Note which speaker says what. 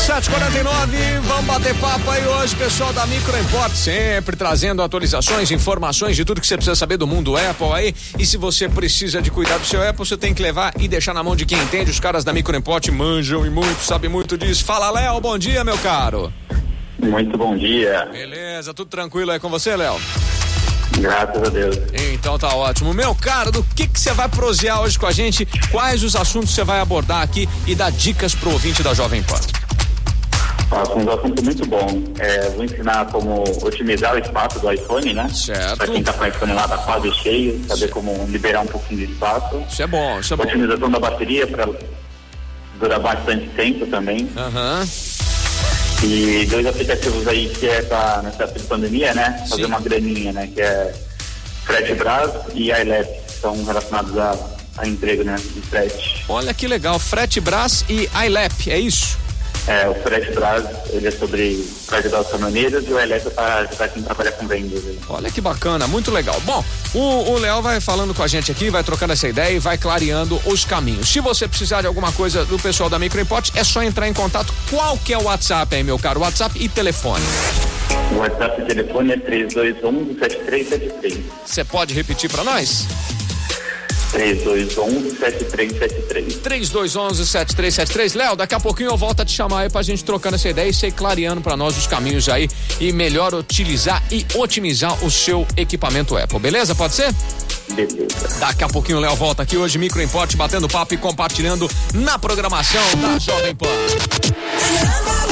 Speaker 1: 749, vamos bater papo aí hoje, pessoal da Micro Import, sempre trazendo atualizações, informações de tudo que você precisa saber do mundo Apple aí. E se você precisa de cuidar do seu Apple, você tem que levar e deixar na mão de quem entende. Os caras da Micro Import manjam e muito, sabem muito disso. Fala, Léo, bom dia, meu caro.
Speaker 2: Muito bom dia.
Speaker 1: Beleza, tudo tranquilo aí com você, Léo?
Speaker 2: Graças a Deus.
Speaker 1: Então tá ótimo. Meu caro, do que que você vai prosear hoje com a gente? Quais os assuntos você vai abordar aqui e dar dicas pro ouvinte da Jovem Pan?
Speaker 2: Ah, foi um assunto muito bom. É, vou ensinar como otimizar o espaço do iPhone, né?
Speaker 1: Certo.
Speaker 2: Pra quem tá com o iPhone lá, tá quase cheio, saber como liberar um pouquinho de espaço.
Speaker 1: Isso é bom, isso é bom.
Speaker 2: Otimização da bateria pra durar bastante tempo também.
Speaker 1: Aham.
Speaker 2: E dois aplicativos aí que é pra, nessa época de pandemia, né? Fazer
Speaker 1: Sim.
Speaker 2: uma graninha, né? Que é FretBras e iLab. São relacionados a, a emprego, né? De frete.
Speaker 1: Olha que legal, frete Brás e iLap, é isso?
Speaker 2: É, o FretBras, ele é sobre pra ajudar os caminhoneiros e o iLab é pra ajudar quem trabalha com vendas. né? aí.
Speaker 1: Olha que bacana, muito legal. Bom, o, o Léo vai falando com a gente aqui, vai trocando essa ideia e vai clareando os caminhos. Se você precisar de alguma coisa do pessoal da Microimport, é só entrar em contato. Qual que é o WhatsApp aí, meu caro? WhatsApp e telefone.
Speaker 2: O WhatsApp e telefone é 321 7373.
Speaker 1: Você pode repetir pra nós?
Speaker 2: 321 7373.
Speaker 1: 3211-7373. Léo, daqui a pouquinho eu volto a te chamar aí pra gente trocando essa ideia e você clareando pra nós os caminhos aí e melhor utilizar e otimizar o seu equipamento Apple, beleza? Pode ser?
Speaker 2: Beleza.
Speaker 1: Daqui a pouquinho o Léo volta aqui hoje, Micro Import, batendo papo e compartilhando na programação da Jovem Pan.
Speaker 3: Caramba,